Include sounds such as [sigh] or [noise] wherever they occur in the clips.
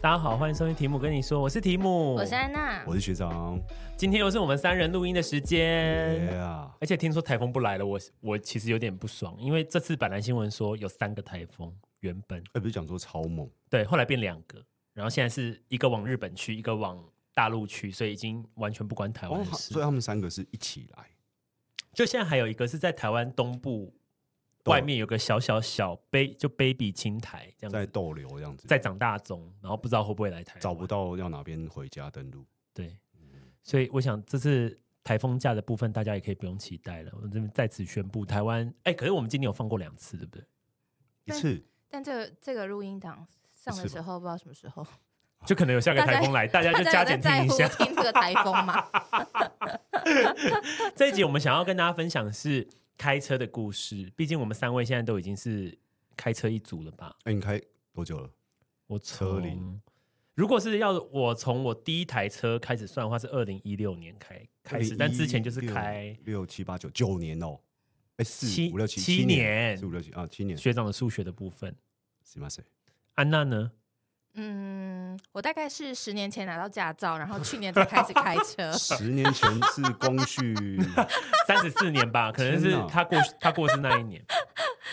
大家好，欢迎收听题目跟你说，我是题目，我是安娜，我是学长，今天又是我们三人录音的时间。啊，而且听说台风不来了，我我其实有点不爽，因为这次本来新闻说有三个台风，原本哎，不是讲说超猛，对，后来变两个，然后现在是一个往日本去，一个往大陆去，所以已经完全不关台湾哦的，事。所以他们三个是一起来，就现在还有一个是在台湾东部对外面有个小小小 baby 就 baby 青苔这样在子，逗留这样子，在长大中，然后不知道会不会来台湾，找不到要哪边回家登陆，对，所以我想这次台风假的部分，大家也可以不用期待了。我这边在此宣布，台湾哎、可是我们今年有放过两次，对不对？一对次但这个这个录音档上的时候不知道什么时候，就可能有下个大家台风来，大家就加大家减听一有在乎下。听这个台风吗？ [laughs] 这一集我们想要跟大家分享的是开车的故事，毕竟我们三位现在都已经是开车一族了吧？哎，你开多久了？我车龄从。如果是要我从我第一台车开始算的话，是二零一六年开开始，但之前就是2016开六七八九九年哦，哎，四七五六七七年四五六七啊，七年，学长的数学的部分。是吗？谁？。安娜呢？嗯，我大概是十年前拿到驾照，然后去年才开始开车十年前是光 [laughs] 绪，三十四年吧，可能是天哪他过他过世那一 [laughs] 年。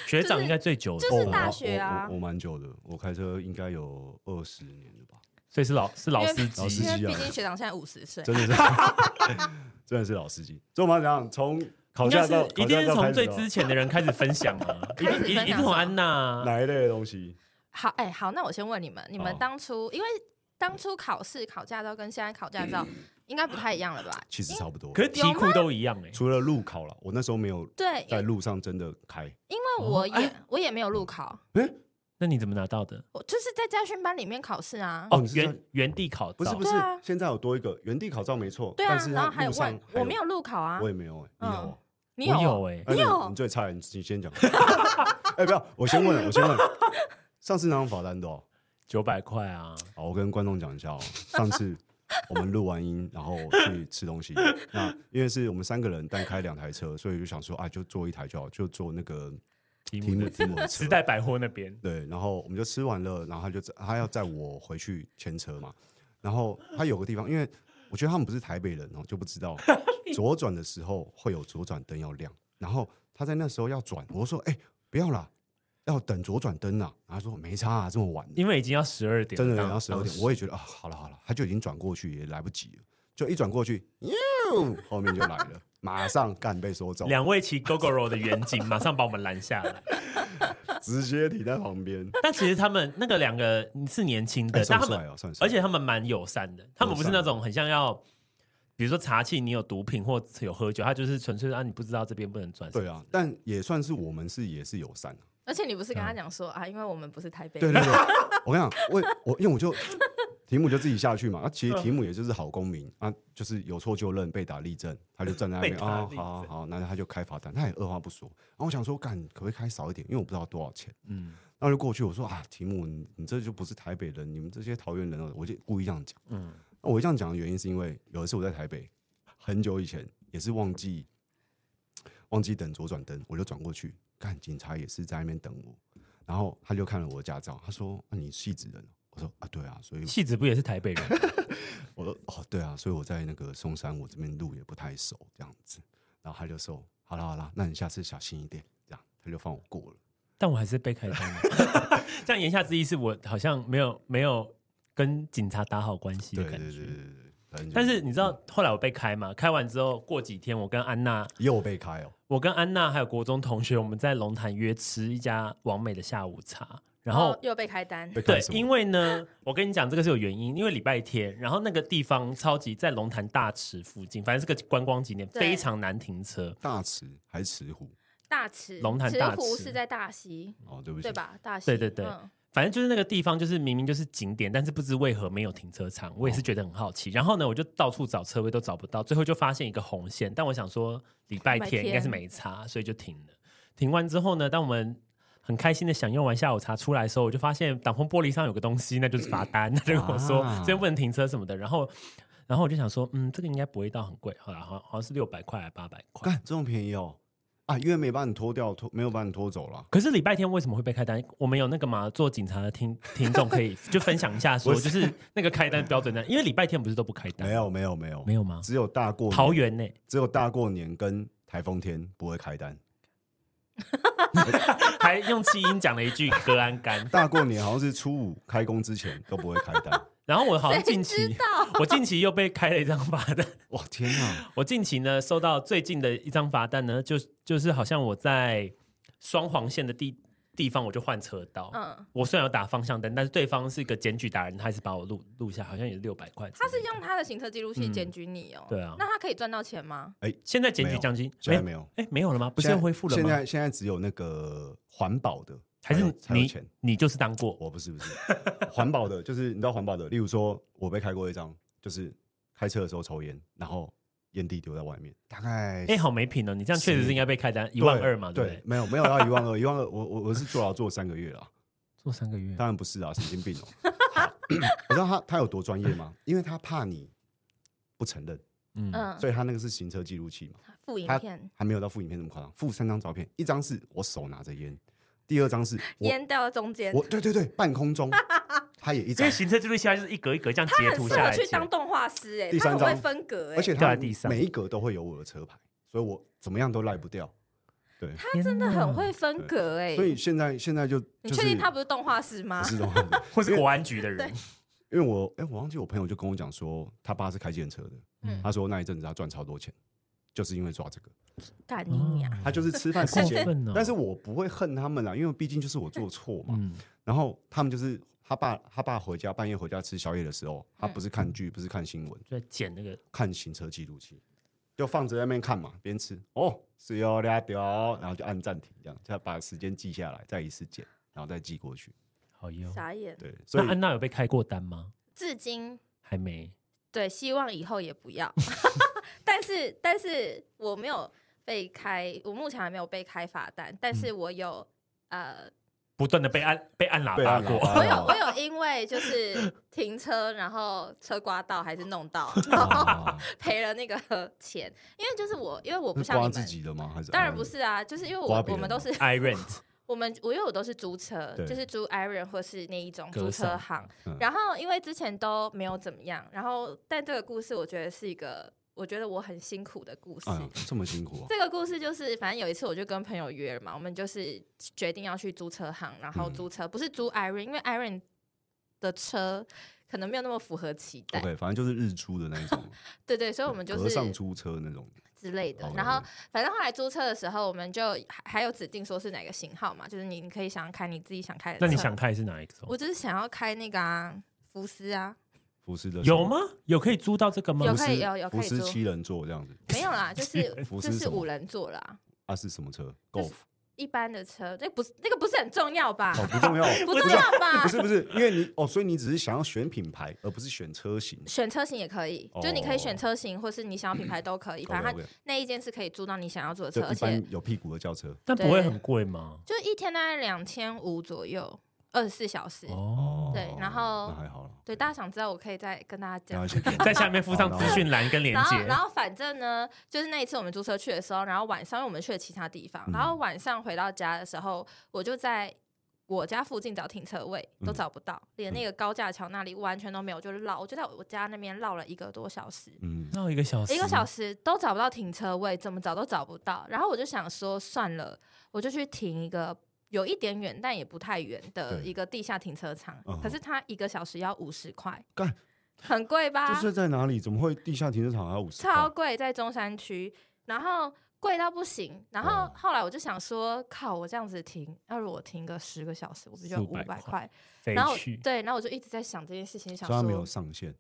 学长应该最久的，就是哦大学啊我我我我蛮久的，我开车应该有二十年了吧，所以是老是老司老机司机因啊为毕竟学长现在五十岁，真的是， [laughs] 真的是老司机。所以我们要讲从考应驾该是照，一定是考驾照开从始最哦之前的人开始分享啊，一 [laughs] 开始定一分享定一定从安嗯娜啊，哪一类的东西？好，哎、好，那我先问你们，你们好当初因为当初考试考驾照跟现在考驾照应该不太一样了吧？其实差不多。可是题库都一样哎，除了路考了，我那时候没有对，因在路上真的开。因为我也、我也没有路考，那你怎么拿到的？我就是在家训班里面考试啊。哦哦你，是在原原地考不是照不是对啊，现在有多一个原地考照没错，对啊但，是然它后还路上问我没有，路考啊我，也没有哎，你有嗯哦？你我有有哎，哎你有你最菜，你你先讲。 [laughs] 哎，不要，我先问了，我先问。上次那张罚单多少？九百块啊，好，我跟观众讲一下哦，上次我们录完音，然后去吃东西。那因为是我们三个人，但开两台车，所以就想说啊，就坐一台就好，就坐那个题题目目的题目的车时。代百货那边，对，然后我们就吃完了，然后他就载他要载我回去牵车嘛。然后他有个地方，因为我觉得他们不是台北人哦，就不 [laughs] 知道左转的时候会有左转灯要亮。然后他在那时候要转，我说：“哎、不要啦，要等左转灯啊。”然后他说：“没差啊，这么晚了。”因为已经要十二点了，真的，然当后十二当点，时我也觉得啊，好了好了，他就已经转过去，也来不及了，就一转过去，哟，后面就来了，马上干被收走，两位骑 GoGoRo 的远景马上把我们拦下来。直接停在旁边，但其实他们那个两个是年轻的哎，但算他不们帅哦，算不帅而且他们蛮友善的，他们不是那种很像要，比如说查气你有毒品或有喝酒，他就是纯粹啊你不知道这边不能转。对啊，但也算是我们是也是友善啊而且你不是嗯跟他讲说、啊，因为我们不是台北对人，对对， [laughs] 我跟你讲，我我因为我就题目就自己下去嘛，啊，其实嗯题目也就是好公民啊，就是有错就认，被打立正，他就站在那边被打啊、立正好好好，那他就开罚单，他也二话不说，然后我想说，干可不可以开少一点，因为我不知道多少钱，嗯，然后就过去我说啊，题目你你这就不是台北人，你们这些桃园人哦，我就故意这样讲，嗯，那我这样讲的原因是因为有一次我在台北，很久以前也是忘记忘记等左转灯，我就转过去，看警察也是在那边等我，然后他就看了我的驾照，他说、啊、你戏子人哦，我说啊对啊，所以戏子不也是台北人？我说哦对啊，所以我在那个松山我这边路也不太熟这样子，然后他就说好啦好啦，那你下次小心一点，这样他就放我过了。 [laughs] 但我还是被开单了。 [laughs] 这样言下之意是我好像没有没有跟警察打好关系的对感对觉。对对对对，反正就嗯但是你知道后来我被开嘛？开完之后过几天，我跟安娜，又被开哦，我跟安娜还有国中同学，我们在龙潭约吃一家完美的下午茶，然后哦又被开单，被对开，什因么？为呢，我跟你讲，这个是有原因，因为礼拜天，然后那个地方超级在龙潭大池附近，反正是个观光景点，对非常难停车。大池还是池湖？大池龙潭池大湖池是在大溪，哦，对不起，对？吧？大溪，对对对嗯反正就是那个地方，就是明明就是景点，但是不知为何没有停车场，我也是觉得很好奇。然后呢，我就到处找车位都找不到，最后就发现一个红线，但我想说礼拜礼拜天天应该是没差，所以就停了。停完之后呢，当我们很开心的享用完下午茶出来的时候，我就发现挡风玻璃上有个东西，那就是罚单，他就跟我说啊这边不能停车什么的。然后，然后我就想说，嗯，这个应该不会到很贵，好啦，好好像是六百块还八百块。干这么便宜哦？啊，因为没把你拖掉，拖没有把你拖走了。可是礼拜天为什么会被开单？我们有那个嘛，做警察的听 [laughs] 听众可以就分享一下说，就是那个开单标准单，因为礼拜天不是都不开单，没有没有没有没有吗？只有大过年桃园呢、只有大过年跟台风天不会开单。 [laughs] 还用气音讲了一句隔安干，大过年好像是初五开工之前都不会开 [laughs] 单。然后我好像近谁知期，我近期又被开了一张罚单。 [laughs] 哇天哪！我近期呢收到最近的一张罚单呢，就就是好像我在双黄线的地地方我就换车道，嗯，我虽然有打方向灯，但是对方是一个检举达人，他还是把我录录下，好像也是六百块之类的。他是用他的行车记录器检举你哦、对啊那他可以赚到钱吗？现在检举奖金现在没没有，哎没有了吗？不是现又在恢复了现吗？在现在只有那个环保的，还才有是才有你钱。你就是当过我不是不是环保的，就是你知道环保的，例如说我被开过一张，就是开车的时候抽烟，然后烟蒂丢在外面，大概哎好没品哦，你这样确实是应该被开单一一万二嘛，对对，不对？没有没有到一万二，一万二，我我我是坐牢坐三个月了。做三个月当然不是啊，神经病哦、 [coughs] 好我知道他他有多专业吗？因为他怕你不承认，嗯嗯，所以他那个是行车记录器嘛，副影片还没有到副影片那么夸张。附三张照片，一张是我手拿着烟，第二张是我烟掉到中间，我对对对半 [laughs] 空中，他也一这张个，行车记录器它就是一格一格这样截很图适下合来去截，当动画师哎、第他三很张会分格哎、而且掉他在啊地上每一格都会有我的车牌，所以我怎么样都赖不掉。对，天真的哪很会分格哎、所以现在现在就你就确是定他不是动画师吗不？是这种，或是国安局的人，因为我哎、我忘记我朋友就跟我讲说，他爸是开电车的，嗯他说那一阵子他赚超多钱，就是因为抓这个。干你啊哦呀！他就是吃饭时好过间分哦，但是我不会恨他们啦，因为毕竟就是我做错嘛。嗯，然后他们就是他爸，他爸回家半夜回家吃宵夜的时嗯候，他不是看剧，不是看新闻，就在剪那个看行车记录器，就放着在那边看嘛，边吃哦，是要俩屌，然后就按暂停，这样再把时间记下来，再一次剪，然后再寄过去。好哟。傻眼，对，所以那安娜有被开过单吗？至今还没。对，希望以后也不 [laughs] 要。但是，但是我没有被开，我目前还没有被开罚单，但是嗯我有、呃，不断的被按被按喇被叭按喇过， [laughs] 叭啊我有我有因为就是停车，然后车刮到还是弄 [laughs] 到，然后啊赔了那个钱，因为就是我，因为 [laughs] 我不是像你刮自们。己的吗？还是哎当然不，是啊，就是因为刮我别我人们都吗是 i rent 我们我因为我都是租车，对就是租 Iron 或是那一种格租车桑行。嗯然后因为之前都没有怎么样，然后但这个故事我觉得是一个，我觉得我很辛苦的故事。哎呀，这么 [laughs] 辛苦啊！这个故事就是，反正有一次我就跟朋友约了嘛，我们就是决定要去租车行，然后嗯租车、不是租 Iron，因为 Iron 的车可能没有那么符合期待， OK，反正就是日出的那一种，对 [laughs] 对，所以我们就隔上是出车那种。之类的哦。然后反正后来租车的时候，我们就还还有指定说是哪个型号嘛，就是你你可以想想看你自己想开的车。那你想开是哪一种？我就是想要开那个啊，福斯啊，福斯的有吗？有可以租到这个吗？有福斯？可以有有可以福斯租七人座这样子。没有 [laughs] 啦，就是福斯这是是什么五人座啦，啊，是什么车就？Golf 是一般的车，那不是那个不是很重要吧？哦，不重 [laughs] 要，不重要吧 [laughs] 不？是不是，因为你哦，所以你只是想要选品牌，而不是选车型。选车型也可以，哦就是你可以选车型，或是你想要品牌都可以，反正 OK，OK 它那一件是可以租到你想要坐的车，就而一且般有屁股的轿车但不会很贵吗？就一天大概两千五左右，二十四小时。哦，对然后那还好了，对，大家想知道，我可以再跟大家然讲后。[laughs] 先给我在下面附上资讯栏跟链然后，接然。后反正呢，就是那一次我们租车去的时候，然后晚上因为我们去了其他地方，然后晚上回到家的时候，我就在我家附近找停车位，都找不到，连那个高架桥那里完全都没有，就绕，我就在我家那边绕了一个多小时。 [laughs] 嗯，那我一个小时，一个小时都找不到停车位，怎么找都找不到。然后我就想说，算了，我就去停一个有一点远但也不太远的对一个地下停车场嗯。哼可是它一个小时要五十块，干很贵吧？这是在哪里？怎么会地下停车场还要五十？啊超贵，在中山区，然后贵到不行。然后哦后来我就想说，靠，我这样子停，要如果停个十个小时，我不就五400百块块？飞然后去。对，然后我就一直在想这件事情，想所以它没有说上限，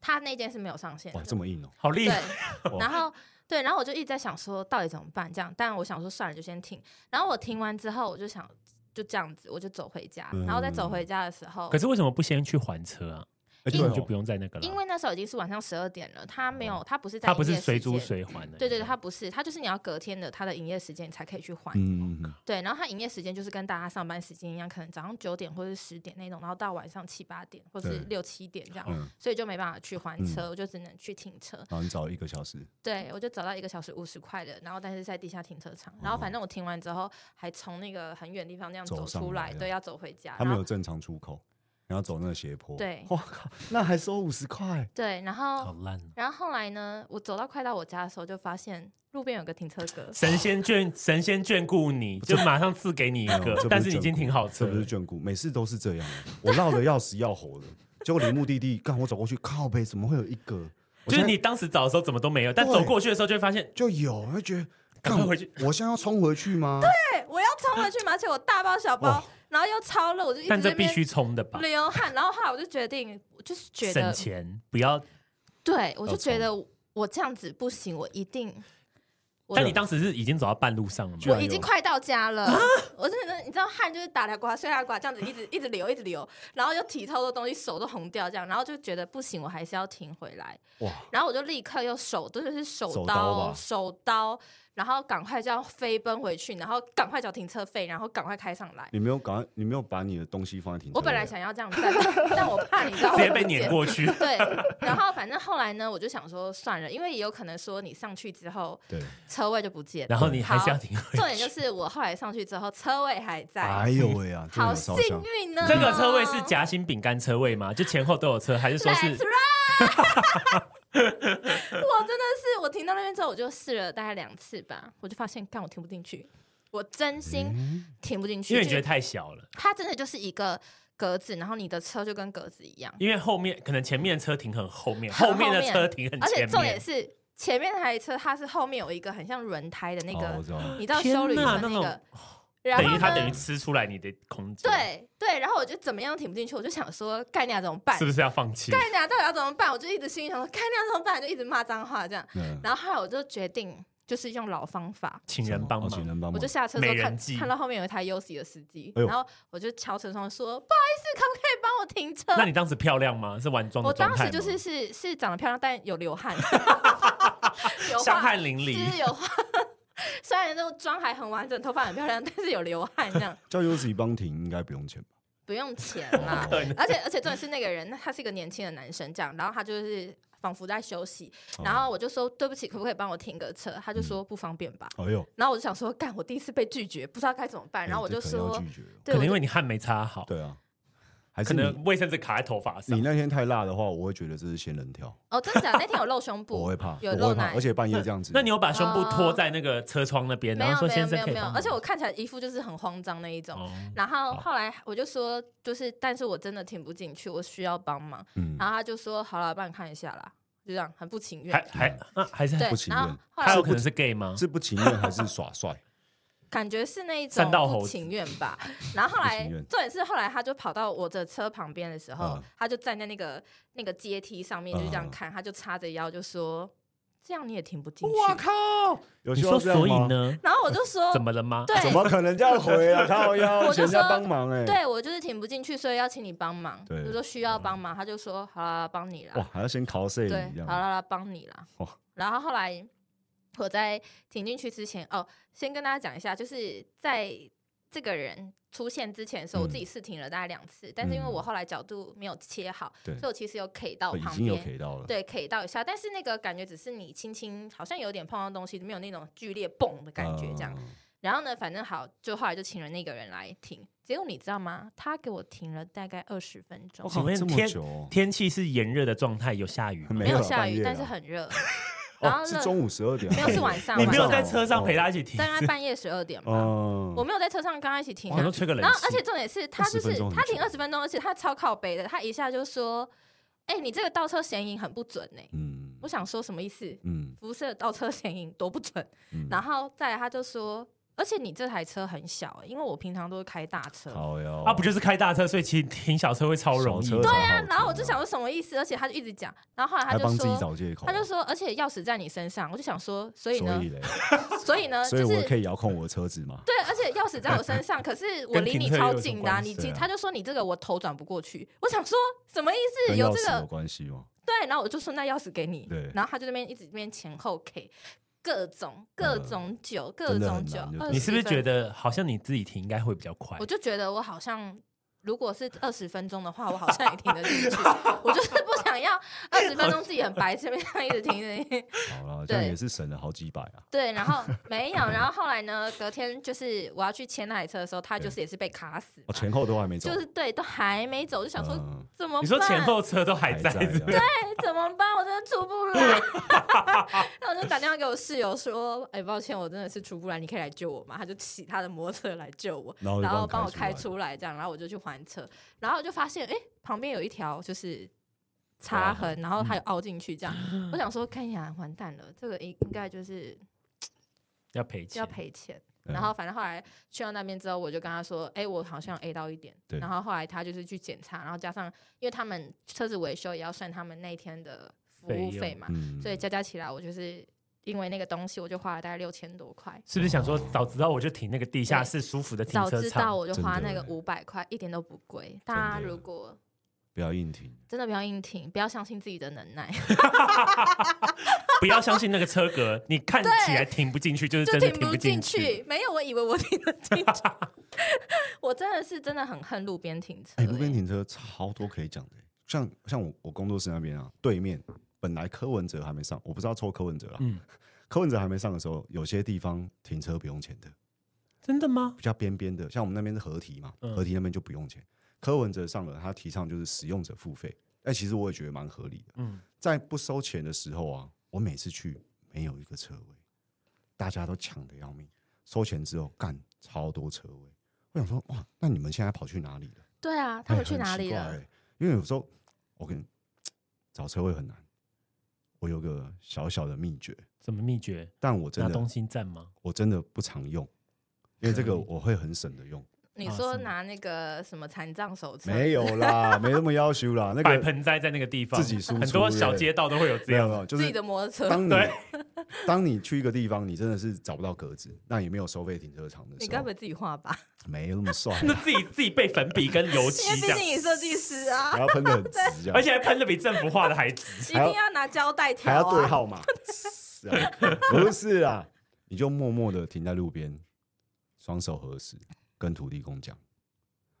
他那件是没有上限哇，的这么硬哦，好厉对害！， [laughs] 然后对，然后我就一直在想说，到底怎么办？这样，但我想说算了，就先停。然后我停完之后，我就想就这样子，我就走回家。然后再走回家的时候，可是为什么不先去还车啊？哎所对以哦就不用在那个了。因为那时候已经是晚上十二点了，他没有，他不是在它不是营业时随租间。随嗯还的，对对对，他不是，他就是你要隔天的他的营业时间你才可以去还。嗯，嗯嗯对，然后他营业时间就是跟大家上班时间一样，可能早上九点或是十点那种，然后到晚上七八点或是对六七点这样，嗯，所以就没办法去嗯还车，我就只能去停车。然后你找一个小时，对，我就找到一个小时五十块的，然后但是在地下停车场，然后反正我停完之后还从那个很远地方那样走哦走上出来来，的对，要走回家。他然没后有正常出口，然后走那个斜坡，对哇靠，那还收五十块，对，然后好烂 [laughs] 哦。，然后后来呢，我走到快到我家的时候，就发现路边有个停车格神仙眷神仙眷顾你，就马上赐给你 [laughs] 一没有这个不是，但是你眷已经顾挺好这车不是了。眷顾，每次都是这样，我绕的要死要活的，结果离目的地，干我走过去，靠背怎么会有一个？我就是现在你当时找的时候怎么都没有，但对走过去的时候就会发现，就有，我就觉得。赶干快回去，我现在要冲回去吗？对我要冲回去 [laughs] 嘛，而且我大包小包哇，然后又超热，我就一直但在这那必须边冲的吧，流汗。然后后来我就决定，我就是觉省得，钱不要。对我就要觉冲得我这样子不行，我一定。我但你当时是已经走到半路上了我吗？已经快到家了，啊我真的，你知道汗就是打了呱、睡啦呱，这样子一直一直流，一直流，然后又体超多东西，手都红掉，这样，然后就觉得不行，我还是要停回来，哇，然后我就立刻用手，真的是手手刀刀，吧手刀，然后赶快这样飞奔回去，然后赶快缴停车费，然后赶快开上来。嗯你没有赶快，你没有把你的东西放在停车位。啊我本来想要这样站，但我怕你知道 [laughs] 直我接被碾过去。对，然后反正后来呢，我就想说算了，因为也有可能说你上去之后对，车位就不见了， [laughs] 然后你还是要好 [laughs] 停回去。重点就是我后来上去之后车位还在，哎呦喂啊，真的好很烧幸香。运呢！这个车位嗯是夹心饼干车位吗？就前后都有车，还是说 That's 是 right！我真的是，我停到那边之后，我就试了大概两次吧，我就发现，干我停不进去，我真心停不进嗯去，因为你觉得就是太小了？它真的就是一个格子，然后你的车就跟格子一样，因为后面可能前面的车停很后面，很后面的后面车停很而且前重点面。是前面那台车它是后面有一个很像轮胎的那哦我个，知道了，你知道天修旅车哪那那个种，然等后于它等呢于？吃出来你的空间，，对对，然后我就怎么样都停不进去，我就想说盖亚怎么办是？不是要放弃？盖亚到底要怎么办？我就一直心里想说盖亚怎么办，就一直骂脏话这样。嗯，然后后来我就决定，就是用老方法， [laughs] 请人帮哦请忙，人帮我忙就。下车之后美看人计看到后面有一台 U C 的司机，哎呦然后我就敲车窗说：“不好意思，可不可以帮我停车那你当时漂亮吗？是完？”妆我的状当态时吗？就是是是长得漂亮，但有 [laughs] 流汗，有香化，汗淋就漓是。有化。 [laughs] 虽然那个妆还很完整，头发很漂亮，但是有流汗这样，叫 U 己帮停应该不用钱吧？不用 [laughs] 钱啦。哦而且而且重点是那个人，他是一个年轻的男生，这样，然后他就是仿佛在休息，哦然后我就说对不起，可不可以帮我停个车？他就说不方便吧。哎呦，然后我就想说，干，我第一次被拒绝，不知道该怎么办。然后我哎这就可能要说，拒绝了。可对，能因我为你汗没擦好，对啊，还可是你能卫生纸卡在头发上你。那天太辣的话，我会觉得这是仙人跳，哦，真的假的？那天有露 [laughs] 胸我部会，怕，有我露会怕，奶而且半夜这样子。那你有把胸部拖在那个车窗那边，啊没然有后说没有先没生有可以没有帮，忙而且我看起来一副就是很慌张那一种。哦然后好后来我就说，就是但是我真的挺不进去，我需要帮忙。嗯，然后他就说，好了，帮你看一下啦，就这样，很不情还愿。还啊还是对不，情然后愿后他来有我可能是 gay 啊吗？是不情愿还是耍 [laughs] 帅？感觉是那一种三道猴不子情愿吧。然后后来不情愿重点是后来他就跑到我的车旁边的时候嗯，他就站在那个那个阶梯上面，就这样嗯看，他就叉着腰就说：“这样你也停不进去。”哇靠！有你需说要这样所吗以？呢？然后我就说怎么了吗？哦对怎么可能这样回 [laughs] 啊？靠腰，我就人家说帮忙哎。对我就是挺不进去，所以要请你帮忙。对嗯我说需要帮忙，他就说好啦，帮你哇啦，，还要先 cos 你对这，样。好啦啦，帮你啦哇。然后后来我在挺进去之前，哦，先跟大家讲一下，就是在这个人出现之前的时候，我自己试停了大概两次，但是因为嗯我后来角度没有切好，对所以我其实有 K 到哦已旁经有边。给到了。对，K 到一下，但是那个感觉只是你轻轻，好像有点碰到东西，没有那种剧烈蹦的感觉，这样。嗯然后呢，反正好，就后来就请了那个人来停。结果你知道吗？他给我停了大概二十分钟我，请靠，问这么天久哦天气是炎热的状态，有下雨吗？没没有有下半雨，夜但啊是很热。 [laughs] 然后哦，呢是中午十二点啊，没有是晚上你晚没上有在车上陪他一起停， [laughs] 大概半夜十二点吧，哦。我嗯，没有在车上跟他一起停哦我啊都。吹个冷然后，气。而且重点是他就20分是钟很他停久二十分钟，而且他超靠北的，他一下就说：“哎，你这个倒车显影很不准呢。”嗯我想说什么意思？嗯辐射倒车显影多不准。嗯，然后再来他就说：“而且你这台车很小、欸因为我平常都是开大车。好哟，啊，不就是开大车，所以其实停小车会超容易。哦小车对才对好啊，停然后我就想说什么意思，而且他就一直讲，然后后来还他就帮自己说，找借口，他就说，而且钥匙在你身上，我就想说，所以呢所以，嘞，所以呃呢，所就以是我可以遥控我的车子嘛？对，而且钥匙在我身上，[laughs] 可是我跟离停你车超有什么近的、啊，关你系其啊他就说你这个我头转不过去，我想说什么意思？跟有钥这匙有个关系吗？对，然后我就说那钥匙给你对，然后他就那边一直那边前后给各种各嗯种酒，各真的种很酒难20就，对你是不是分觉？得好像你自己停应该会比较快我？就觉得我好像。如果是二十分钟的话，我好像也听得进 [laughs] 去。我就是不想要二十分钟自己很白痴，这边一直听着。 [laughs] 好啦，这样对也是省了好几百啊。对，然后没有，然后后来呢？隔天就是我要去签那台车的时候，他就是也是被卡死嘛哦，前后都还没走，就是对，都还没走，就想说、嗯怎么办？你说前后车都还在，还在啊是不是对哎怎么办？我真的出不来。 [laughs] 然后我就打电话给我室友说：“哎、抱歉，我真的是出不来，你可以来救我吗？”他就骑他的摩托车来救我，然后就然后哦帮帮我我开开出出来，这样，然后我就去还车，然后就发现哎、旁边有一条就是。擦痕，然后它有凹进去，这样、我想说，看一下，完蛋了，这个应应该就是要赔钱，要赔钱。嗯然后反正后来去到那边之后，我就跟他说：“哎、我好像 A 到一点。”对然后后来他就是去检查，然后加上因为他们车子维修也要算他们那天的服务费费用嘛，[laughs] 嗯所以加加起来，我就是因为那个东西，我就花了大概六千多块。是不是想说早知道我就停那个地下室舒服的停早车知道场？我就花真的那个欸五百块，一点都不贵。大家真的如果不要硬停，真的不要硬挺，不要相信自己的能 [laughs] 耐，不要相信那个车格，你看起来停不进去，就是就真的挺停不进进。去。没有，我以为我挺得进 [laughs] 去，我真的是真的很恨路边停车、哎，路边欸停车超多可以讲的欸，像像我我工作室那边啊，对面本来柯文哲还没上，我不知道抽柯文哲啦，嗯 [laughs] 柯文哲还没上的时候，有些地方停车不用钱的，真的吗？比较边边的，像我们那边是合体嘛，嗯合体那边就不用钱。柯文哲上了，他提倡就是使用者付费，哎，其实我也觉得蛮合理的。嗯，在不收钱的时候啊，我每次去没有一个车位，大家都抢的要命。收钱之后，干超多车位，我想说哇，那你们现在跑去哪里了？对啊，他们哎去哪里？很了奇怪？欸因为有时候我跟找车位很难，我有个小小的秘诀，什么秘诀？但我真拿东的西站吗？我真的不常用，因为这个可以我会很省的用。你啊说是吗拿那个什么残障手册？没有 [laughs] 啦，没那么要求啦。那摆个盆栽在那个地方，自己输出很多小街道都会有这没有样没。有，就自己是的摩托 [laughs] 车。当你对 [laughs] 当你去一个地方，你真的是找不到格子，那也没有收费停车场的你时该候不，会自己画吧？没那么帅啊，那自己自己被粉笔跟油因为漆毕这样竟，你设计师啊， [laughs] 然后喷的很直，这样而且还喷的比政府画的还直。一还要定要拿胶带还条要对啊。号码， [laughs] 是啊不是啊，你就默默的停在路边，双手合十，跟土地公讲，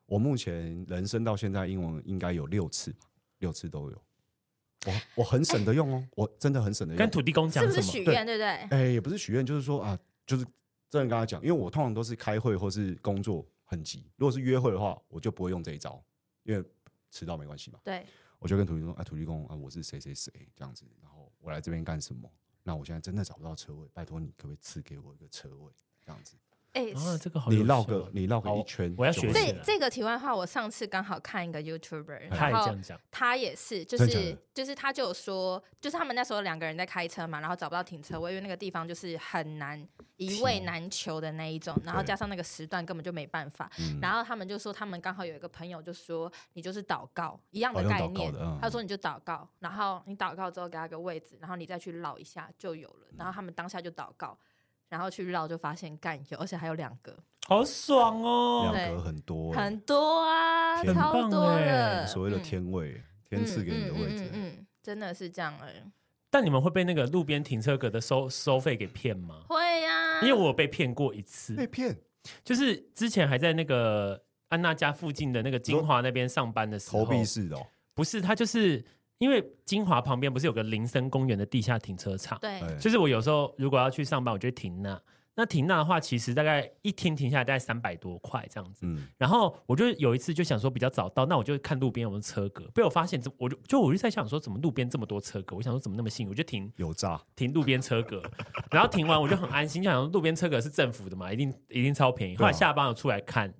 我目前人生到现在英文应该有六次吧，六次都有，我我很省得用哦，我真的很省得用，跟土地公讲是不什是么？许愿？对不对？哎、也不是许愿，就是说啊，就是真的跟他讲，因为我通常都是开会或是工作很急，如果是约会的话，我就不会用这一招，因为迟到没关系嘛。对，我就跟土地公说，啊，土地公啊，我是谁谁谁这样子，然后我来这边干什么？那我现在真的找不到车位，拜托你可不可以赐给我一个车位？这样子，哎，啊，这个好有你绕趣哦个你绕个好一圈就我会，要学习这了这个题外话，我上次刚好看一个 YouTuber，哎他然也这后样讲，他也是，就真的假的是就是他就有说，就是他们那时候两个人在开车嘛，然后找不到停车位，因为那个地方就是很难一位难求的那一种，然后对加上那个时段根本就没办法，嗯然后他们就说，他们刚好有一个朋友就说，你就是祷告一样的哦用概祷告念的嗯，他说你就祷告，然后你祷告之后给他个位置，然后你再去绕一下就有嗯了。然后他们当下就祷告，然后去绕就发现干有，而且还有两个，好爽哦！两格很多、欸，很多啊，天超多很的，所谓的嗯天位、天赐给你的位嗯置、嗯嗯嗯真的是这样哎，但你们会被那个路边停车格的收收费给骗吗？会呀，因为我有被骗过一嗯次，被骗，就是之前还在那个安娜家附近的那个金华那边上班的时投候，币式的、哦，不是他就是因为金华旁边不是有个林森公园的地下停车场，对哎就是我有时候如果要去上班，我就会停那。那停那的话，其实大概一天停下来大概三百多块这样子。嗯，然后我就有一次就想说比较早到，那我就看路边有没有车格，被我发现，我就就我就在想说怎么路边这么多车格，我想说怎么那么幸运，我就停有诈，停路边车格，然后停完我就很安心，就想说路边车格是政府的嘛，一定一定超便宜。后来下班我出来看，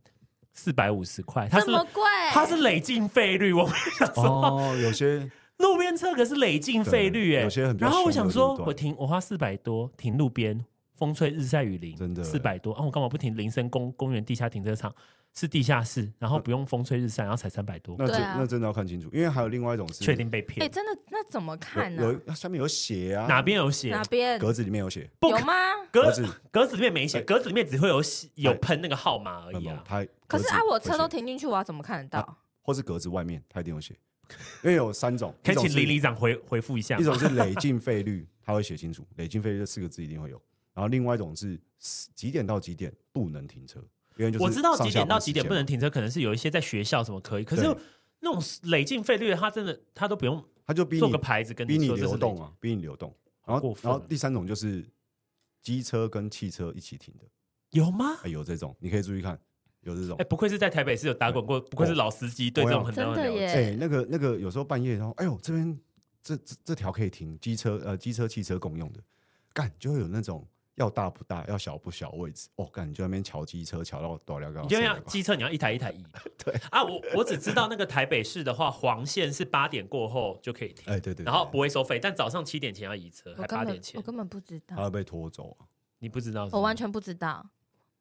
四百五十块，它这是么贵，它是累进费率，我哦，有些路边车可是累进费率对哎、有些很比较然后我想凶的说路，段我停我花四百多停路边，风吹日晒雨淋，真的四百多啊！我干嘛不停林森公公园地下停车场是地下室，然后不用风吹日晒，然后才三百多，那真、对啊那真的要看清楚，因为还有另外一种是确定被哎，骗？真的那怎么看啊呢？有有下面有血啊，哪边有写？哪边格子里面有血，不有可吗？格格子格子里面没写，哎格子里面只会有写有喷那个号码而没有已没有啊。它可是啊，格子我车有都血停进去，我要怎么看得到？或是格子外面，它一定有血，因为有三种，可以哎一种请是林里长回回复一下一吗。种是累进费率，它会写清楚，累进费率这四个字一定会有。然后另外一种是几点到几点不能停车，因为就是我知道上几下点班到时几点间不嘛能，停车，可能是有一些在学校什么可以，可是对那种累进费率的，他真的他都不用他就逼做个你牌子跟逼你说这是流累动进。啊，逼你流动。然过后分然后了第三种就是机车跟汽车一起停的，有吗？哎有这种你可以注意看，有这种哎，不愧是在台北市有打滚过，不哦愧是老司机，对这种很真多的人了解。哎、耶，那个那个，有时候半夜，然后哎呦，这边这这这条可以停机车，呃，机车、汽车共用的，干就会有那种要大不大，要小不小位置，哦，干你就在那边瞧机车，瞧到多聊干你就要机车，你要一台一台移。哦 [laughs] 对啊，我我只知道那个台北市的话，黄线是八点过后就可以停，哎，对对，然后不会收费，但早上七点前要移车，我还根八本点我前，根本不知他道，会被拖走啊，你不知道是吗？我完全不知道。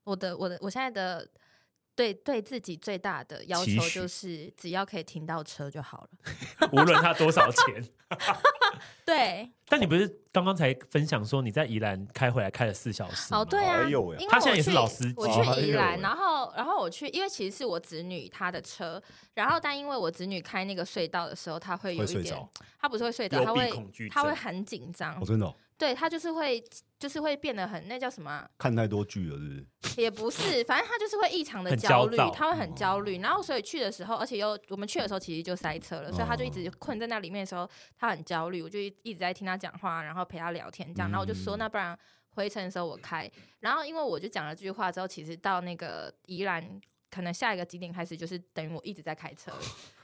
我的我的我现在的对对自己最大的要期求许就是，只要可以停到车就好了。无论他多 [laughs] 少钱。对，但你不是刚刚才分享说你在宜兰开回来开了四小时吗？哦，对啊，哎呦喂因为嗯他现在我也是去老司机哦我哎去宜呦兰，喂然后然后我去，因为其实是我侄女她的车，然后但因为我侄女开那个隧道的时候，她会有会一睡点着，，她不是会睡着，幽她闭恐惧会她会症很紧张哦，，真的哦、对她就是会就是会变得很那叫什么啊、看太多剧了，是不是？也不是，反正她就是会异常的很焦焦虑躁，她会很焦虑，然后所以去的时候，而且又我们去的时候其实就塞车了，所以她就一直困在那里面的时候，她很焦虑，我就一一直在听她讲话，然后陪她聊天这样，然后我就说嗯那不然。回程的时候我开，然后因为我就讲了这句话之后，其实到那个宜兰，可能下一个景点开始就是等于我一直在开车，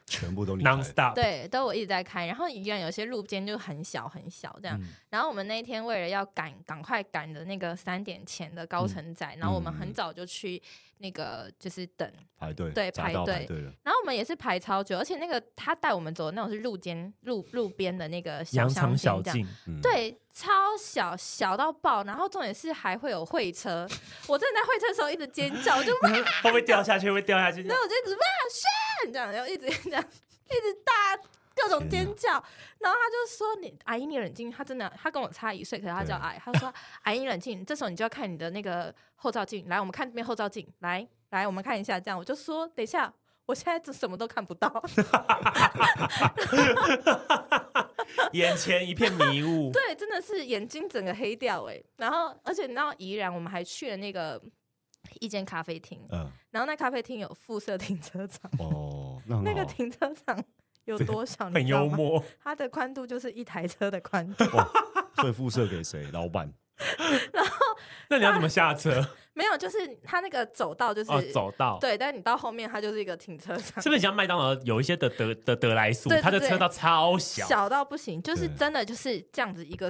全部都你 non 开 stop。对，都我一直在开。然后宜兰有些路边就很小很小这样，嗯然后我们那一天为了要赶赶快赶着那个三点前的嗯高层仔，然后我们很早就去那个就是等，排队，对匝排道排队队了，然后我们也是排超久，而且那个他带我们走的那种是路间路路边的那个小羊巷肠小径这样。径， [laughs] 嗯，对，超小小到爆，然后重点是还会有会车， [laughs] 我真的在会车的时候一直尖叫，我就哇，会不会掉下去？会不会掉下去？然后我就一直哇炫这样，然后一直 [laughs] 这样，一直大各种尖叫，然后他就说你阿姨你冷静，他真的他跟我差一岁，可是他叫对阿姨，他说阿姨你冷静，这时候你就要看你的那个后照镜，来我们看这边后照镜，来来我们看一下，这样我就说等一下。我现在这什么都看不到， [laughs] 眼前一片迷雾。 [laughs] 对，真的是眼睛整个黑掉哎、然后，而且你知道宜兰，我们还去了那个一间咖啡厅，嗯，然后那咖啡厅有附设停车场，哦，那很那好个啊，停车场有多小？你很知道幽吗， [laughs] 默，它的宽度就是一台车的宽度， [laughs] 所以辐射给谁？老板，那你要怎么下车？没有，就是它那个走道就是、哦，走道，对，但你到后面它就是一个停车场是，不是像麦当劳有一些的德的德莱速对，对它的对车道超小，嗯小到不行，就是对真的就是这样子一个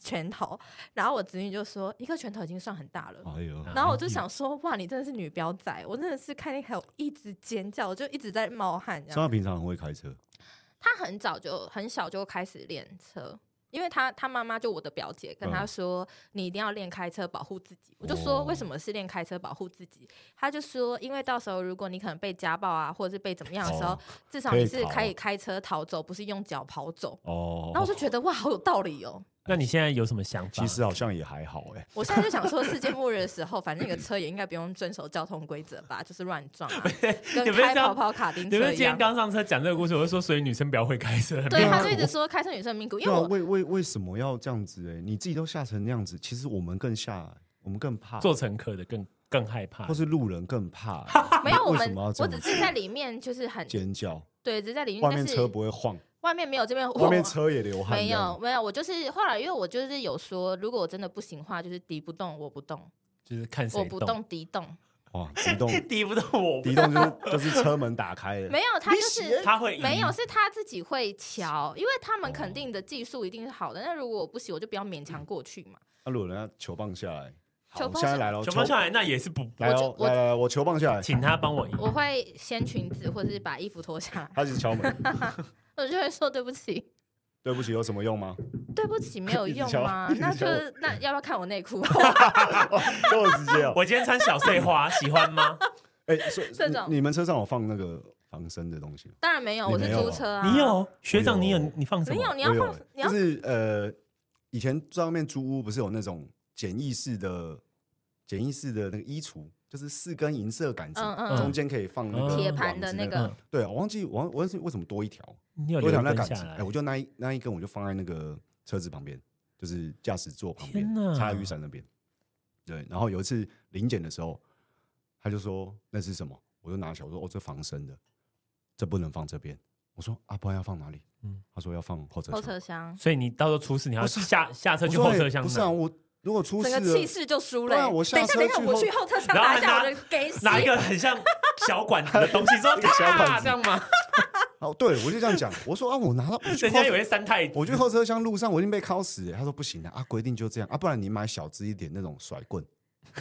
拳头。然后我侄女就说，一个拳头已经算很大了。哦哎呦，然后我就想说，哇，你真的是女标仔！我真的是看那台，我一直尖叫，我就一直在冒汗。这所以他样，平常很会开车，他很早就很小就开始练车，因为他他妈妈就我的表姐跟他嗯说，你一定要练开车保护自己。我就说哦为什么是练开车保护自己？他就说，因为到时候如果你可能被家暴啊，或者是被怎么样的时候，哦至少可以你是逃可以开车逃走，不是用脚跑走。哦，然后我就觉得哇，好有道理哦！那你现在有什么想法？其实好像也还好哎、我现在就想说，世界末日的时候，反正那个车也应该不用遵守交通规则吧，就是乱撞啊，跟你不是开这样跑跑卡丁你车们一今天样。刚上车讲这个故事，我就说，所以女生不要会开车。很对，啊妙他就一直说开车女生命苦，因为对啊，我为为为什么要这样子、欸？哎，你自己都吓成那样子，其实我们更吓、我们更怕，做乘客的更更害怕或。是路人更怕、欸 [laughs] 没有我为们什么要，这我样只是在里面就是很尖叫，对，只是在里面，外但面是车不会晃，外面没有这边外面车也流汗，没这样有，没有，我就是后来，因为我就是有说，如果我真的不行的话，就是敌不动我不动，就是看谁我不动敌动。哇，敌 [laughs] 动 [laughs] 敌不动我敌动就是就是车门打开 [laughs] 了，没有，他就是他会赢没嗯有，是他自己会瞧，因为他们哦肯定的技术一定是好的。那如果我不行，我就不要勉强过去嘛。那、如果啊人家球棒下来，好，球我棒现在下来了，全部下来，那也是不，我来哦，就我来来来，我球棒下来，请他帮我赢。我会掀裙子，或者是把衣服脱下来，他一直敲门，我就会说对不起。对不起，有什么用吗？对不起没有用吗 [laughs] 一直？瞧那一直瞧就是 [laughs] 那要不要看我内裤？这么直接哦。我今天穿小碎花，喜欢 [laughs] 吗？哎，所以这种你你们车上有放那个防身的东西吗？当然没有，你我是没有租啊车啊。你？有学长，你有我有你放什没么？有？你要我有放欸，你就要是呃，以前在外面租屋不是有那种简易式的简易式的那个衣橱，就是四根银色杆子，嗯嗯中间可以放那个铁盘的网子那那个嗯对，啊我忘记我忘我忘记为什么多一条，你有多一条留那根杆下子，来哎，我就那一那一根我就放在那个车子旁边，就是驾驶座旁边天哪插雨伞那边。对，然后有一次临检的时候，他就说那是什么？我就拿起来我说哦，这防身的，这不能放这边。我说啊，不然要放哪里？嗯嗯，他说要放后车后厢。车厢，所以你到时候出事，你要不是下下车我去说后哎车厢拿。不是啊，我如果出整事个了，气势就输了欸。对啊我下等一下，车等一下，去我后去后车厢然后拿一下拿我的给死。 [laughs] 拿一个很像小管子的东西，说一个 [laughs] 小管子啪这样吗？哦，对我就这样讲，我说啊，我拿到，我 [laughs] 去人后家以为是三太子， [laughs] 我去后车厢路上我已经被敲死了。他说不行的啊，规定就这样啊，不然你买小只一点那种甩棍。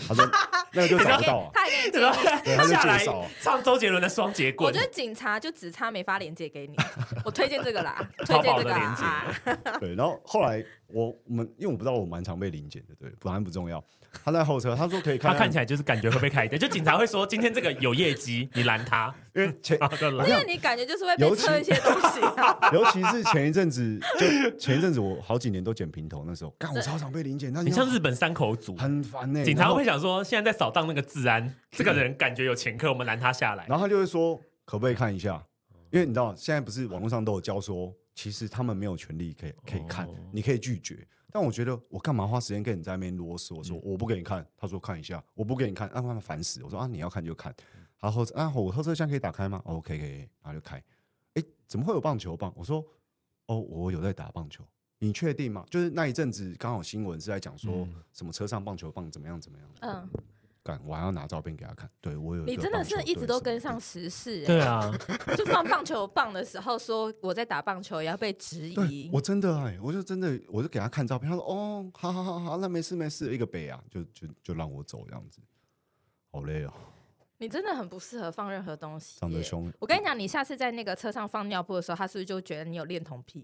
他 [laughs] 说那个就找不到啊。他也给然后你建议。 [laughs] 对他就下来介绍啊唱周杰伦的《双节我棍觉》，得警察就只差没发链接给你，我推荐这个啦，推淘荐宝这的个啊链接。啦。对，然后后来我我们因为我不知道我蛮常被临检的，对，反正不重要。他在后车，他说可以看他看，看起来就是感觉会被开单，就警察会说今天这个有业绩，你拦 [laughs] 他，因为 [laughs] 前然后就啊拦因。为你感觉就是会被尤其测一些东西 [laughs] 啊。尤其是前一阵子，就前一阵子我好几年都剪平头，那时候干我超常被临检，那很像日本三口组，很烦呢、警然察后会想说现在在扫荡那个治安，这个人感觉有前科，我们拦他下来。然后他就会说可不可以看一下？哦因为你知道现在不是网络上都有教说，其实他们没有权利可以可以看哦，你可以拒绝。但我觉得我干嘛花时间跟你在那边啰嗯嗦？说我不给你看，他说看一下，我不给你看，让他们烦死。我说啊，你要看就看。然后啊，我后车厢可以打开吗？OK，可以，然后就开。哎，怎么会有棒球棒？我说哦，我有在打棒球。你确定吗？就是那一阵子刚好新闻是在讲说嗯什么车上棒球棒怎么样怎么样。嗯，干，我还要拿照片给他看。对我有一你个真的棒球是一直队都什么跟的上时事欸，对啊，就放棒球棒的时候说我在打棒球，也要被质对疑，我。真的哎、我就真的，我就给他看照片，他说哦，好好好好，那没事没事，一个北啊，就就就让我走这样子，好累哦，你真的很不适合放任何东西长得耶。 [laughs] 凶，我跟你讲，你下次在那个车上放尿布的时候，他是不是就觉得你有恋童癖？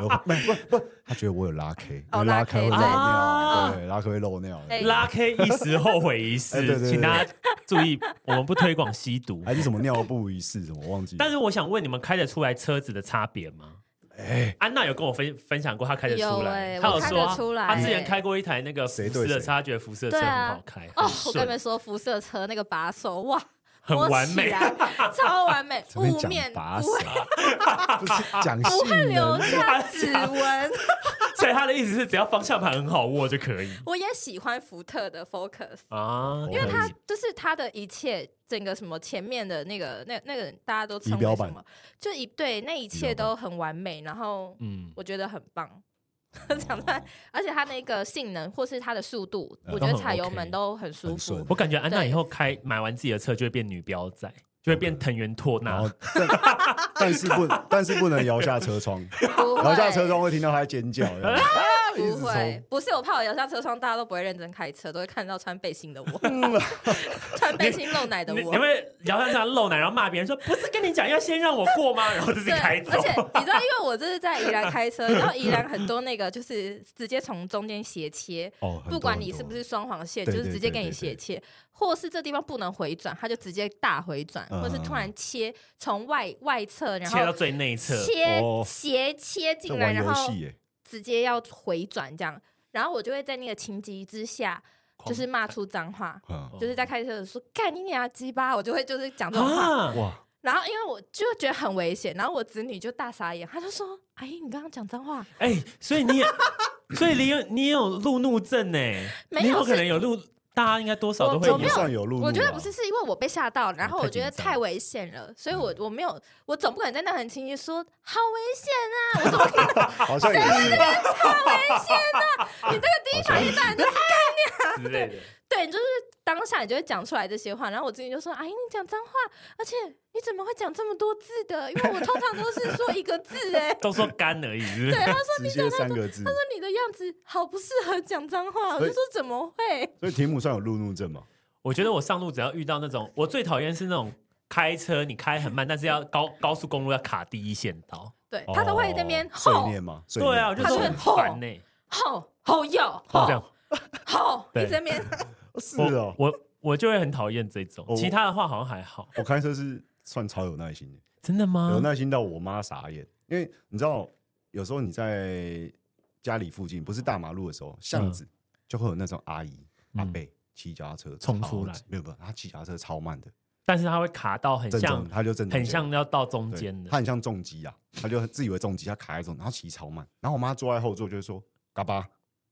有不不不，他觉得我有拉 K，哦因为拉拉 K， K 会漏对尿，啊对，拉 K 会漏尿，哎拉 K 一时后悔一哎 [laughs] 对对哎世，对请大家注意，我们不推广吸毒。还是什么尿布仪式什么，我忘记了，但是我想问，你们开得出来车子的差别吗？哎安娜有跟我分分享过，她开得出有来，欸她有我开说啊得出来她之前开过一台那个福谁对斯的谁车，她觉得福斯的车对很啊好开，哦很，我跟你顺，们说，辐射车那个把手哇，很摸完起美。来，超完美，这边雾讲面把不手会，不是讲不会 [laughs] 性留能，下 [laughs] 指纹。 [laughs] 所以她的意思是，只要方向盘很好握就可以我也喜欢福特的 Focus，啊，因为她就是它的一切，整个什么前面的那个、那、那个大家都称仪表为板什么？就一对那一切都很完美，然后嗯，哦我觉得很棒。 [laughs] 讲出来，而且它那个性能或是它的速度，嗯我觉得呃都很踩油 OK 门都很舒很服顺。我感觉安娜对以后开买完自己的车就会变女标仔，就会变藤原拓然那后。 [laughs] 但但是不但是不能摇下车窗， [laughs] 不摇下会车窗会听到他尖叫，这样 [laughs] 一啊不直会冲，不是我怕我摇下车窗，大家都不会认真开车，都会看到穿背心的 [laughs] 我，嗯 [laughs] 穿背心露奶的你 [laughs] 我你。会摇上这样露奶，然后骂别人说：“不是跟你讲要先让我过吗？”然后自己对，开而走。 [laughs] 且你知道，因为我这是在宜兰开车，然后宜兰很多那个就是直接从中间斜切，哦，很不多管很你多是不是双黄线，对就是对直接对给你对斜对切，或是这地方不能回转，它就直接大回转，嗯或是突然切从外外侧，然切到后最内侧，切哦斜切在进来，玩然游后戏耶，直接要回转这样，然后我就会在那个情急之下，狂就是骂出脏话。嗯，哦就是在开车的时候说“干你娘鸡巴”，我就会就是讲这种话，啊！哇，然后因为我就觉得很危险，然后我子女就大傻眼，他就说：“阿姨，你刚刚讲脏话，哎、所以你也， [laughs] 所以你有你也有路怒症呢、没有你有可是能有路，大家应该多少都会我有我没有算有路怒啊，我觉得不是，是因为我被吓到，然后我觉得太紧张太危险了，所以我我没有，我总不可能在那很轻易说好危险啊，我总不可能好像也是啊你这个第一反应当然就之类的。，对，你就是当下你就会讲出来这些话，然后我子女就说：“阿哎姨，你讲脏话，而且你怎么会讲这么多字的？因为我通常都是说一个字、欸，哎都说干而已是不对，是，他说直接三个字，你的样子好不适合讲脏话，我就说怎么会？所以题目算有路怒症嘛？我觉得我上路只要遇到那种，我最讨厌是那种开车你开很慢，但是要高高速公路要卡第一线道，对他都会在那边哦碎吼念吗？碎对念啊，我就他说就很很痛烦呢、欸，吼吼哦哟就吼这样。吼，对一直在那 [laughs] 边是我哦，我我就会很讨厌这种，哦其他的话好像还好。我开车是算超有耐心的。真的吗有？耐心到我妈傻眼，因为你知道，有时候你在家里附近，不是大马路的时候，巷子就会有那种阿姨、嗯阿伯骑脚踏车冲超出来没有没有，她骑脚踏车超慢的，但是他会卡到很正像中，她就正中很间像要到中对间她的，很像重机啊，她就自以为重机，她卡在中，然后骑超慢，然后我妈坐在后座就会说嘎巴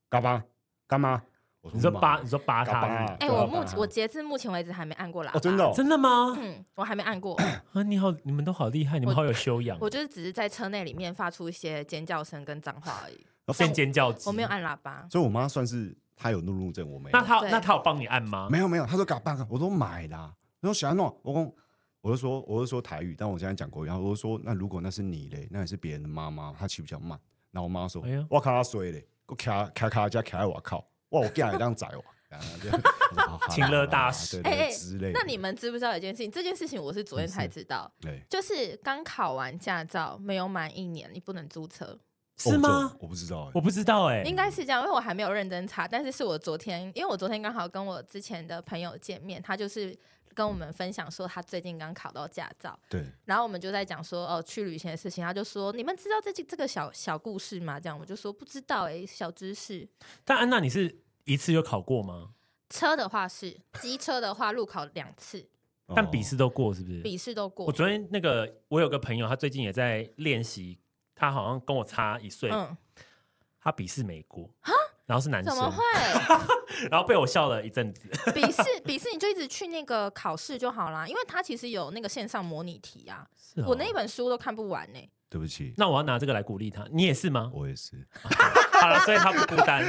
嘎巴干嘛？我说你说妈扒你说扒嘎他巴是不哎，对我啊目嘎巴我截至目前为止还没按过喇叭，哦真的哦啊是真的吗？嗯，我还没按过，啊，你好，你们都好厉害，你们我好有修养。我就是只是在车内里面发出一些尖叫声跟脏话而已，然后变尖叫鸡，我没有按喇叭，所以我妈算是她有怒怒症，我没有那。他对那他有帮你按吗？没有没有，他说嘎巴嘎，我说买啦。然后小安诺，我讲，我就说我就说台语，但我现在讲国语。然后我就说，那如果那是你嘞，那也是别人的妈妈，她骑比较慢。然后我妈说，哎呀我卡水嘞，我卡卡卡加卡在我靠，哇，我竟然这样宰我。然后就 [laughs] 我说好好啦情乐大好啦使对哎对嗯哎之类的。那你们知不知道有一件事情？这件事情我是昨天才知道，对就是刚考完驾照没有满一年，你不能租车，是哦吗这？我不知道我哎，不知道哎，应该是这样，因为我还没有认真查，但是是我昨天，因为我昨天刚好跟我之前的朋友见面，他就是跟我们分享说他最近刚考到驾照，对，然后我们就在讲说哦去旅行的事情，他就说你们知道这件这个小小故事吗？这样我就说不知道诶、小知识。但安娜，你是一次有考过吗？车的话是，机车的话路考两次，哦但笔试都过是不是？笔试都过我。昨天那个，我有个朋友，他最近也在练习，他好像跟我差一岁，嗯，他笔试没过，然后是男怎生，么会？然后被我笑了一阵子。笔试笔试你就一直去那个考试就好啦，因为它其实有那个线上模拟题啊。是哦我那一本书都看不完呢、对不起，那我要拿这个来鼓励他，你也是 [laughs] 吗？我 [laughs] 也是。好了，所以他不孤单。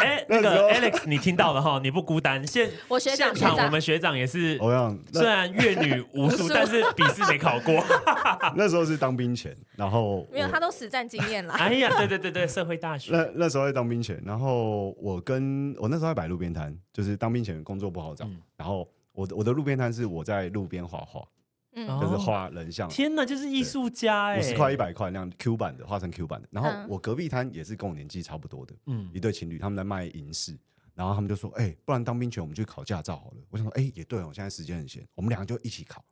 哎，那个 Alex，你听到了哈，你不孤单。现我学现长场学长我们学长也是，我想虽那然阅女无 [laughs] 数，但是笔试没考过。啊那时候是当兵前，然后没有，我他都实战经验 [laughs] 啦。哎呀，对对对对，社会大学，那那时候在当兵前，然后我跟我那时候在摆路边摊，就是当兵前工作不好找，嗯然后我的我的路边摊是我在路边画画，哦嗯，就是画人像，天哪，就是艺术家哎，五十块一，百块那样 Q 版的，画成 Q 版的。然后嗯我隔壁摊也是跟我年纪差不多的嗯，一对情侣，他们在卖银饰，然后他们就说：“哎、不然当兵前我们去考驾照好了。”我想说：“哎、也对哦，我现在时间很闲，我们两个就一起考。”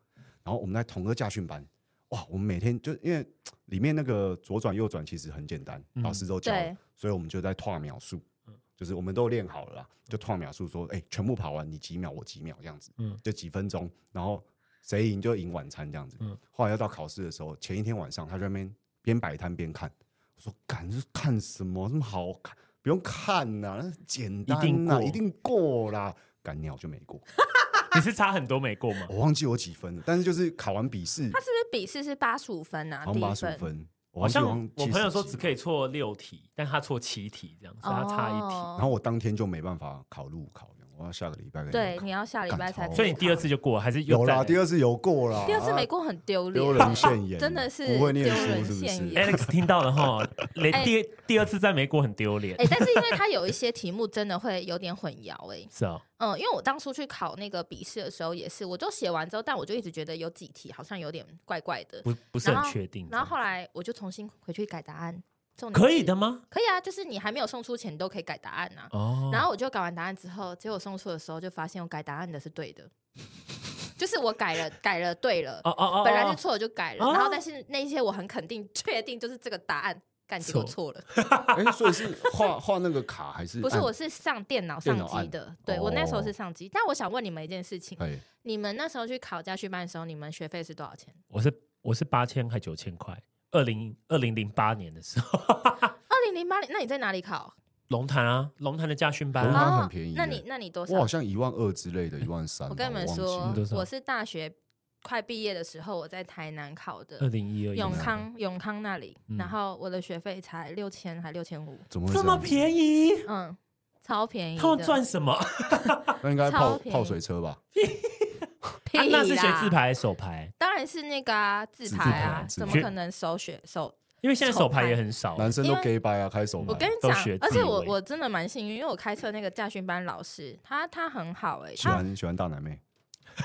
然后我们在同个驾训班，哇，我们每天就因为嘖里面那个左转右转其实很简单，嗯老师都教了，对所以我们就在拓秒数，就是我们都练好了啦，就拓秒数说，哎、全部跑完你几秒我几秒这样子，嗯就几分钟，然后谁赢就赢晚餐这样子。嗯后来要到考试的时候，前一天晚上他在那边边摆摊边看，我说干这是看什么？这么好看？不用看呐、那简单呐、一定过一定过啦。干鸟就没过，你是差很多没过吗？我忘记我几分了，但是就是考完笔试，他是不是笔试是八十五分啊？好第像一八十份五分， [laughs] 我好忘记像好像我朋友说70只可以错六题，但他错七题，这样，所以他差一题。哦然后我当天就没办法考路考，我要下个礼拜跟对，你考你要下礼干拜才补超考。所以你第二次就过了，还是又有啦，第二二次有过啦，第二次没啊过很丢脸，[laughs] 丢人现眼，啊真的是不会念丢人书是不现是？眼 Alex 听到了哈， [laughs] 连第第二次再没过很丢脸哎、，但是因为它有一些题目真的会有点混淆哎、是哦，嗯，因为我当初去考那个笔试的时候也是，我就写完之后，但我就一直觉得有几题好像有点怪怪的，不不是很确定。然后后来我就重新回去改答案。重点可以是的，吗？可以啊，就是你还没有送出前你都可以改答案呐、哦，然后我就改完答案之后，结果送出的时候就发现我改答案的是对的，就是我改了改了对了，哦哦哦，本来是哦错的就改了，哦然后但是那一些我很肯定 [laughs] 确定就是这个答案，干结果错了。哎，所以是画画那个卡还是不嗯是，按我？是上电脑电上脑机按的，对我那时候是哦上机。但我想问你们一件事情，哎，你们那时候去考家训班的时候，你们学费是多少钱？我是我是八千还九千块，二零二零零八年的时候，二零零八年，那你在哪里考？龙潭啊，龙潭的家训班龙啊，那哦，很便宜那耶你那你多我好少？像一万二之类的，一万三吧。我跟你们说忘记嗯你了多，少我是大学快毕业的时候，我在台南考二的零一二哦永康永康那里，嗯然后我的学费才六千还六千五，怎么会这么样子？便宜，嗯，超便宜的。他们赚什么？那应该超泡便宜泡水车吧？屁啊那是学啦自，排还是手排？当然是那个啊，自自排排啊，自怎么排可能手学手因为现在手排也很少，男生都因为 gay 掰啊，开手我跟牌你，都讲学，而自以且我为我真的蛮幸运，因为我开车那个驾训班老师，他他很好哎、喜他欢喜欢大奶妹，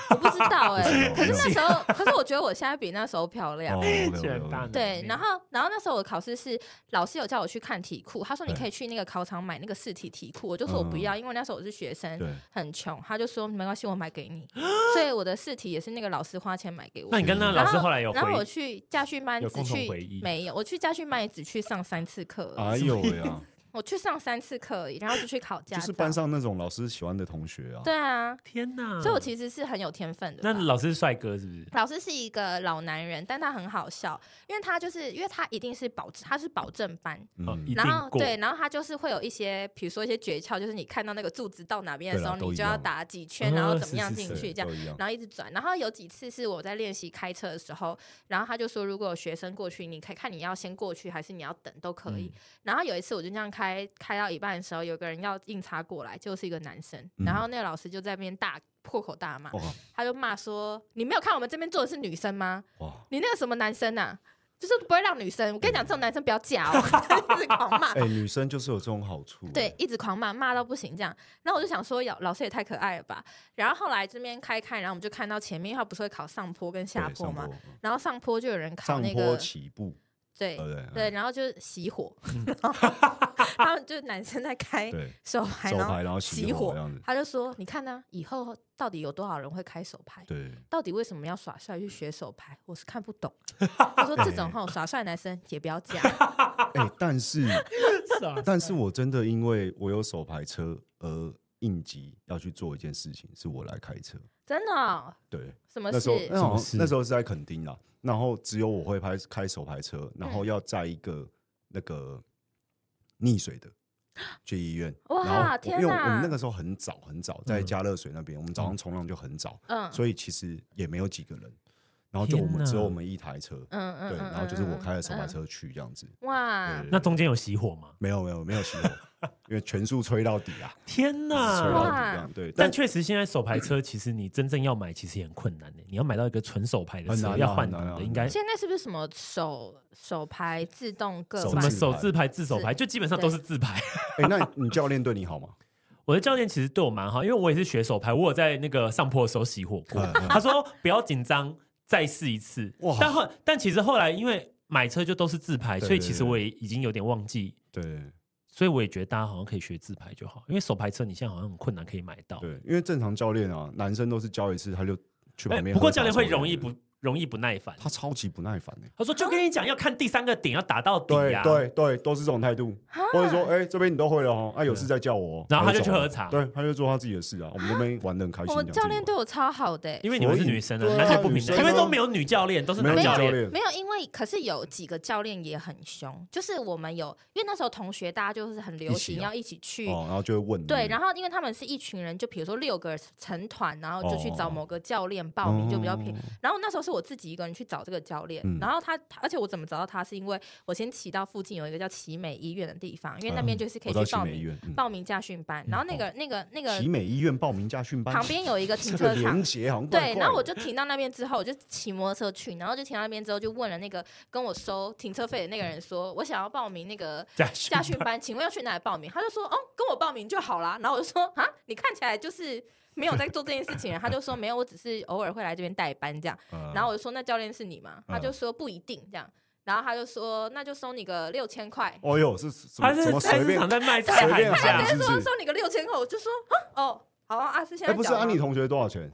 我不知道哎、不可知道是那时候，可是我觉得我现在比那时候漂亮。哦，有 [laughs] 有居然啊有大对，然后然后那时候我考试是老师有叫我去看题库，他说你对可以去那个考场买那个试题题库，我就说我不嗯要，因为那时候我是学生对，很穷，他就说没关系，我买给 [laughs] 你，所以我的试题也是那个老师花钱买给我那。你跟那然老后师后来有回然后我去家训班有只共同去回忆没有，我去家训班也只去上三次课而已，哎呦喂 [laughs] 啊，我去上三次课而已，然后就去考驾就照。是班上那种老师喜欢的同学啊，对啊，天哪！所以我其实是很有天分的吧。嗯那老师是帅哥是不是？老师是一个老男人，但他很好笑，因为他就是因为他一定是保他是保证班，哦嗯，一定然后过 [laughs] 对，然后他就是会有一些，比如说一些诀窍，就是你看到那个柱子到哪边的对时啦候，都你一就要样呃打几圈，嗯然后怎么是样是进是去这样都。一样。然后一直转，然后有几次是我在练习开车的时候，然后他就说，如果有学生过去，你可以看你要先过去还是你要等都可嗯以。然后有一次我就这样开开到一半的时候，有个人要硬插过来，就是一个男生，然嗯后那个老师就在那边大破口大骂，哇他就骂说：“你没有看我们这边坐的是女生吗？哇，你那个什么男生啊？”就是不会让女生，我跟你讲，这种男生不要嫁哦， [laughs] 一直狂骂。哎，女生就是有这种好处，啊哎对，，一直狂骂，骂到不行这样。然后我就想说，老老师也太可爱了吧。然后后来这边开看，然后我们就看到前面，因为他不是会考上坡跟下对坡上嘛坡，嗯然后上坡就有人考上那坡个，起步，对对不对？对，嗯然后就是熄 [laughs] 火，然后他们就是男生在开嗯对， [laughs] 手牌，手然后牌然后熄熄火火这样子，他就说：“你看呢、以后到底有多少人会开手牌？对，到底为什么要耍帅去学手牌？我是看不 [laughs] 懂。”他说：“这种吼耍帅的男生也不要嫁。啊哎，但是傻但是我真的因为我有手牌车而应急要去做一件事情，是我来开车。”真的哦、对，什么那时候哎事？那好什么事像那时候是在垦丁啦，然后只有我会拍开手牌车，然嗯后要载一个那个溺水的去医院。啊哇然后我天因为我哪们那个时候很早很嗯早，在加热水那边，我们早上冲浪就很早，嗯所以其实也没有几个人，然后就我天们哪只有我们一台车，嗯嗯对，嗯然后就是我开了手嗯啊牌嗯车去这样子。哇对，那中间有熄火吗？没有没有没有熄火，因为全速吹到底啊，天吹到哪！底这样对，但确实，现在手牌车其实你真正要买，其实也很困难的。你要买到一个纯手牌的很车，难啊要换很难啊挡的，应该现在是不是什么手手牌自动各手什么版？手自牌、自手牌，就基本上都是自牌。哎、那你教练对你好吗？我的教练其实对我蛮好，因为我也是学手牌，我有在那个上坡的时候熄火过。他说不要紧张，再试一次。嗯哇但后但其实后来因为买车就都是自牌，对所以对其实对我也已经有点忘记，对所以我也觉得大家好像可以学自牌就好，因为手牌车你现在好像很困难可以买到。对，因为正常教练啊，男生都是教一次他就去哎旁边喝茶抽烟的、不过教练会容易不容易不耐烦，他超级不耐烦哎、他说就跟你讲要看第三个点要打到底啊对呀、对对，都是这种态度，或者说，哎、这边你都会了哦，啊，有事再叫我哦。然后他就走去喝了茶对，他就做他自己的事啊。我们那边玩的很开心。我这样教练自对己我超好的、欸。因为你们是所以女生啊，对啊男女不平等，女生啊因为都没有女教练，都是没有男女教教练。练，没有，因为可是有几个教练也很凶，就是我们有，因为那时候同学大家就是很流一起行哦要一起去，哦，然后就会问你，对，然后后因为他们是一群人，就比如说六个成团，然后就去找哦某个教练报名，就比较便宜。然后那时候是我自己一个人去找这个教练，嗯然后他，他而且我怎么找到他，是因为我先骑到附近有一个叫奇美医院的地方，因为那边就是可嗯我以到去奇报美医名院，嗯报名驾训班，然后那个那个那个奇美医院报名驾训班，旁边有一个停这车个场连。结好像怪对，怪然后我的就停到那边之后，我就骑摩托车去，然后就停到那边之后，就问了那个跟我收停车费的那个人说，我想要报名那个驾驾训班，请问要去哪里报名？他就说，哦，跟我报名就好啦。然后我就说，啊，你看起来就是没有在做这件事情啊。他就说，没有，我只是偶尔会来这边代班这样。嗯然后我就说，那教练是你吗？他就说不一定这样。然后他就说，那就收你个六千块。哦哟，是什他么是什么菜随市便场在卖菜随便喊价喊，啊是他不说是？收你个六千块，我就说，啊哦，好啊，啊是现哎，在不是，缴吗安妮同学多少钱？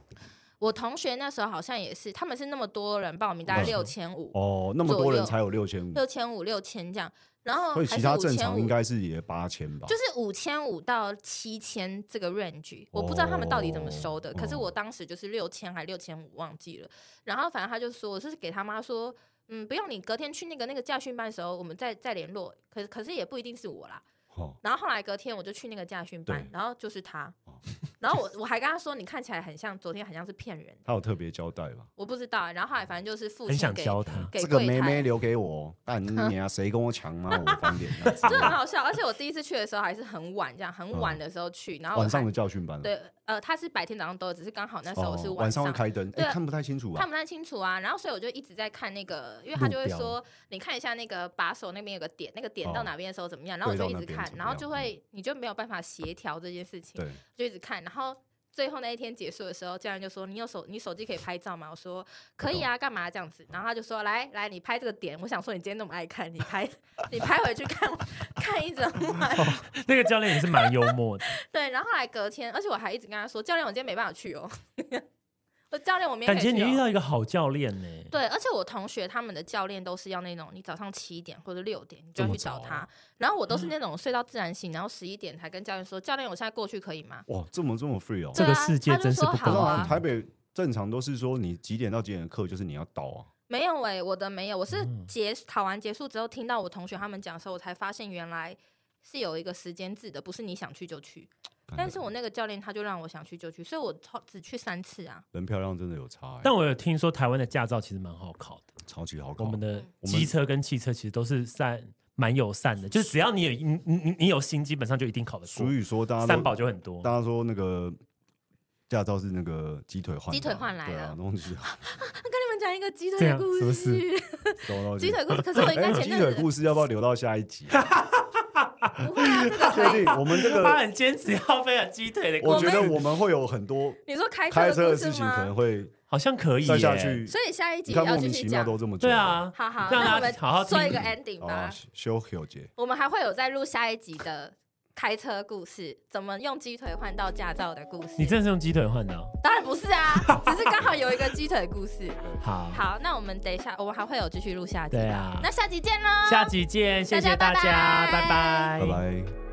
我同学那时候好像也是，他们是那么多人报名，大概嗯六千五、哦，那么多左右人才有六千五，六千五、六千这样，然后所以还其是他五正千常五应，该是也八千吧？就是五千五到七千这个 range，、我不知道他们到底怎么收的，哦可是我当时就是六千还六千五忘记了，然后反正他就说，我就是给他妈说。嗯，不用，你隔天去那个那个驾训班的时候，我们再再联络。可可是也不一定是我啦。哦，然后后来隔天我就去那个驾训班对，然后就是他哦，然后我我还跟他说，你看起来很像昨天，很像是骗人，他有特别交代吧？我不知道欸。然后后来反正就是付很钱想给教他。给这个柜妹台妹留给我，但你啊，谁跟我 [laughs] 抢吗？我翻脸这样子。真的很好笑。而且我第一次去的时候还是很晚，这样很晚的时候去，然后我嗯晚上还的教训班，，对，呃，他是白天早上都有，只是刚好那时候我是哦、晚上。会开灯，对哎，看不太清楚看啊。不太清楚啊，然后所以我就一直在看那个，因为他就会说，你看一下那个把手那边有个点，那个点到哦哪边的时候怎么样，然后我对就到一那直边看，怎么然后样就会你就没有办法协调这件事情，对，就一直看，然后最后那一天结束的时候，家人就说：“你有手，你手机可以拍照吗？”我说：“可以啊，干嘛这样子？”然后他就说：“来来，你拍这个点。”我想说：“你今天那么爱看，你拍 [laughs] 你拍回去看看一整晚。那个教练也是蛮幽 [laughs] 默的，”对，然后后来隔天，而且我还一直跟他说：“教练，我今天没办法去哦。” [laughs] 我教练，我明天感可觉以你去遇哦。到一个好教练呢、对，啊而且我同学他们的教练都是要那种你早上七点或者六点你就要这么去找早他，啊然后 [laughs] 我都是那种睡到自然醒，然后十一点才跟教练说：“教练，我现在过去可以吗？”哇，这么这么 free 哦。这对个啊世界他就真是说不好公啊平台北正常都是说你几点到几点的课就是你要到啊，没有哎、我的没有，我是嗯结考完结束之后，听到我同学他们讲的时候，我才发现原来是有一个时间制的，不是你想去就去。啊但是我那个教练他就让我想去就去，所以我超只去三次啊。人漂亮真的有差、欸，但我有听说台湾的驾照其实蛮好考的，超级好我考。们嗯的我们机车跟汽车其实都是善蛮友善的，就是只要你有你你你你有心，基本上就一定考得所过，以说大家三宝都就很多。大家说那个驾照是那个鸡腿换的啊鸡腿换来对的啊，东西 [laughs] 跟你们讲一个鸡这腿样的故什么事 [laughs] 事，懂了。鸡腿故事。可是我应该哎，前鸡阵腿子故事要不要留到下一集？啊 [laughs] 不会啊，这个确可以。定我们这他个，很坚持要分享鸡腿的故我事，觉得我们会有很多你说开开车车的的故事事情可能吗？会好像可以、再下。去。所以下一集你看要莫继名续其妙讲。都这么久对了，啊，好好，让那大我们家好好做一听个 ending 好吧啊。，修修结。我们还会有再录下一集的开车故事，怎么用鸡腿换到驾照的故事。你真的是用鸡腿换的哦、当然不 [laughs] 是啊，只是刚好有一个鸡腿故事。好，好，那我们等一下，我们还会有继续录下集吧。对啊那下集见喽。下集见，谢谢大大家家，拜拜拜拜。